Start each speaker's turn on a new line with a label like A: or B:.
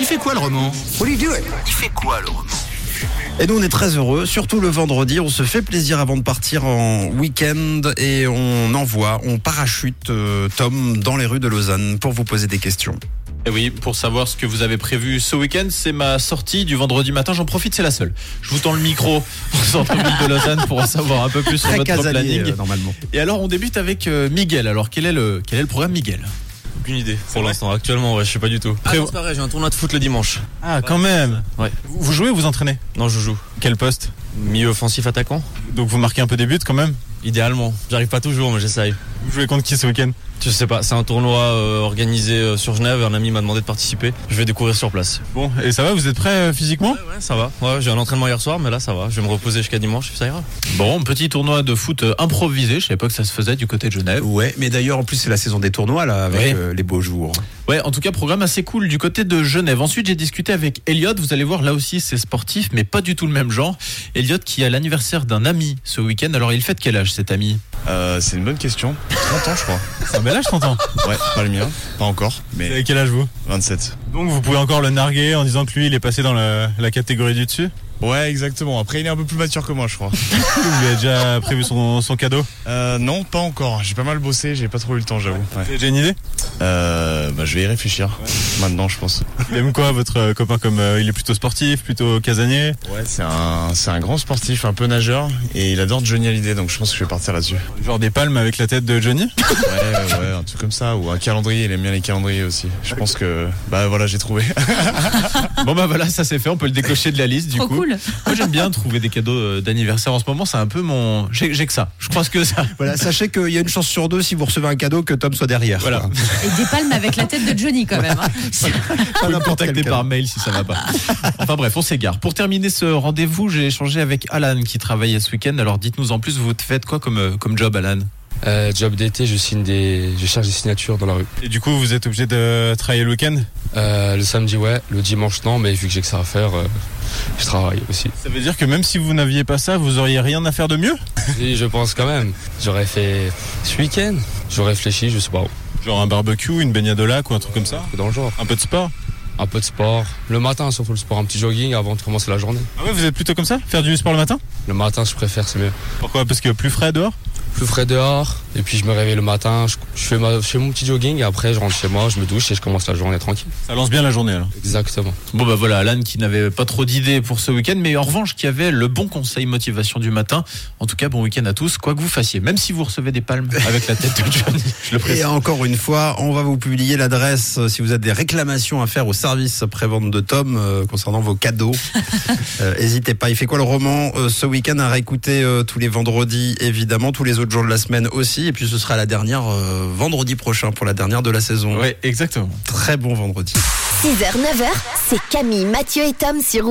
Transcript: A: Il fait quoi le roman
B: Il fait quoi le roman
C: Et nous, on est très heureux, surtout le vendredi. On se fait plaisir avant de partir en week-end et on envoie, on parachute euh, Tom dans les rues de Lausanne pour vous poser des questions.
A: Et Eh oui, pour savoir ce que vous avez prévu ce week-end, c'est ma sortie du vendredi matin. J'en profite, c'est la seule. Je vous tends le micro au centre-ville de Lausanne pour en savoir un peu plus sur
C: Très
A: votre
C: casanier,
A: planning.
C: euh, normalement.
A: Et alors, on débute avec euh, Miguel. Alors, quel est le, quel est le programme, Miguel
D: Aucune idée pour l'instant. Actuellement, ouais, je sais pas du tout.
A: Ah,
D: Prévo- j'ai un tournoi de foot le dimanche.
A: Ah, quand même.
D: Ouais.
A: Vous jouez ou vous entraînez
D: Non, je joue.
A: Quel poste
D: Milieu offensif attaquant
A: Donc, vous marquez un peu des buts quand même
D: Idéalement. J'arrive pas toujours, mais j'essaye.
A: Vous jouez contre qui ce week-end
D: Je sais pas, c'est un tournoi euh, organisé euh, sur Genève et un ami m'a demandé de participer. Je vais découvrir sur place.
A: Bon, et ça va Vous êtes prêt physiquement
D: Ouais, ça va. Ouais, j'ai un entraînement hier soir, mais là, ça va. Je vais me reposer jusqu'à dimanche, ça ira.
A: Bon, petit tournoi de foot euh, improvisé. Je savais pas que ça se faisait du côté de Genève.
C: euh, Ouais, mais d'ailleurs, en plus, c'est la saison des tournois, là, avec
A: Oui.
C: euh, les beaux jours.
A: Ouais, en tout cas, programme assez cool du côté de Genève. Ensuite, j'ai discuté avec Elliot. Vous allez voir, là aussi, c'est sportif, mais pas du tout le même genre. Elliot qui a l'anniversaire d'un ami ce week-end. Alors, il fête quel âge cet ami
E: Euh, c'est une bonne question. 30 ans, je crois.
A: C'est un bel âge, t'entends
E: Ouais, pas le mien. Pas encore, mais
A: quel âge vous
E: 27.
A: Donc, vous pouvez encore le narguer en disant que lui, il est passé dans la catégorie du dessus
E: Ouais, exactement. Après, il est un peu plus mature que moi, je crois.
A: Vous lui avez déjà prévu son, cadeau
E: Euh, non, pas encore. J'ai pas mal bossé, j'ai pas trop eu le temps, j'avoue. Ouais.
A: J'ai une idée
E: Euh, bah, je vais y réfléchir. Maintenant, je pense.
A: Il aime quoi, votre euh, copain Comme il est plutôt sportif, plutôt casanier
E: Ouais, c'est un, c'est un grand sportif, un peu nageur, et il adore Johnny Hallyday, donc je pense que je vais partir là-dessus.
A: Genre des palmes avec la tête de Johnny
E: Ouais, ouais, ouais, un truc comme ça, ou un calendrier. Il aime bien les calendriers aussi. Je pense que, bah, voilà, j'ai trouvé.
A: Bon bah voilà, ça c'est fait, on peut le décocher de la liste du
F: Trop
A: coup.
F: cool.
A: Moi j'aime bien trouver des cadeaux euh, d'anniversaire en ce moment, c'est un peu mon... J'ai j'ai que ça, je pense que ça...
C: Voilà, sachez qu'il y a une chance sur deux, si vous recevez un cadeau, que Tom soit derrière.
A: Voilà.
F: Et des palmes avec la tête de Johnny quand même. hein.
A: Vous pouvez me
C: n'importe quel
A: contacter
C: cadeau.
A: par mail si ça va pas. Enfin bref, on s'égare. Pour terminer ce rendez-vous, j'ai échangé avec Alan qui travaillait ce week-end. Alors dites-nous en plus, vous faites quoi comme, euh, comme job Alan
G: Euh, job d'été, je signe des, je cherche des signatures dans la rue.
A: Et du coup, vous êtes obligé de travailler le week-end
G: Euh, le samedi ouais, le dimanche non, mais vu que j'ai que ça à faire, euh, je travaille aussi.
A: Ça veut dire que même si vous n'aviez pas ça, vous auriez rien à faire de mieux
G: Oui, je pense quand même. J'aurais fait ce week-end. Je réfléchis, je sais pas,
A: Genre un barbecue, une baignade au lac ou un truc comme ça
G: dans le genre.
A: Un peu de sport
G: Un peu de sport, le matin surtout le sport, un petit jogging avant de commencer la journée.
A: Ah ouais, vous êtes plutôt comme ça Faire du sport le matin
G: Le matin, je préfère, c'est mieux.
A: Pourquoi Parce que plus frais dehors
G: Plus frais dehors, et puis je me réveille le matin, je, je fais, ma, je fais mon petit jogging, et après je rentre chez moi, je me douche et je commence la journée tranquille.
A: Ça lance bien la journée alors.
G: Exactement.
A: Bon bah voilà, Alan qui n'avait pas trop d'idées pour ce week-end, mais en revanche qui avait le bon conseil motivation du matin. En tout cas, bon week-end à tous, quoi que vous fassiez, même si vous recevez des palmes avec la tête de Johnny. Je le
C: Et
A: précise.
C: encore une fois, on va vous publier l'adresse euh, si vous avez des réclamations à faire au service prévente de Tom euh, concernant vos cadeaux. N'hésitez pas. Il fait quoi le roman euh, ce week-end à réécouter euh, tous les vendredis, évidemment, tous les autres jours de la semaine aussi. Et puis ce sera la dernière euh, vendredi prochain pour la dernière de la saison.
A: Ouais, exactement.
C: Très bon vendredi.
H: 6h, 9h, c'est Camille, Mathieu et Tom sur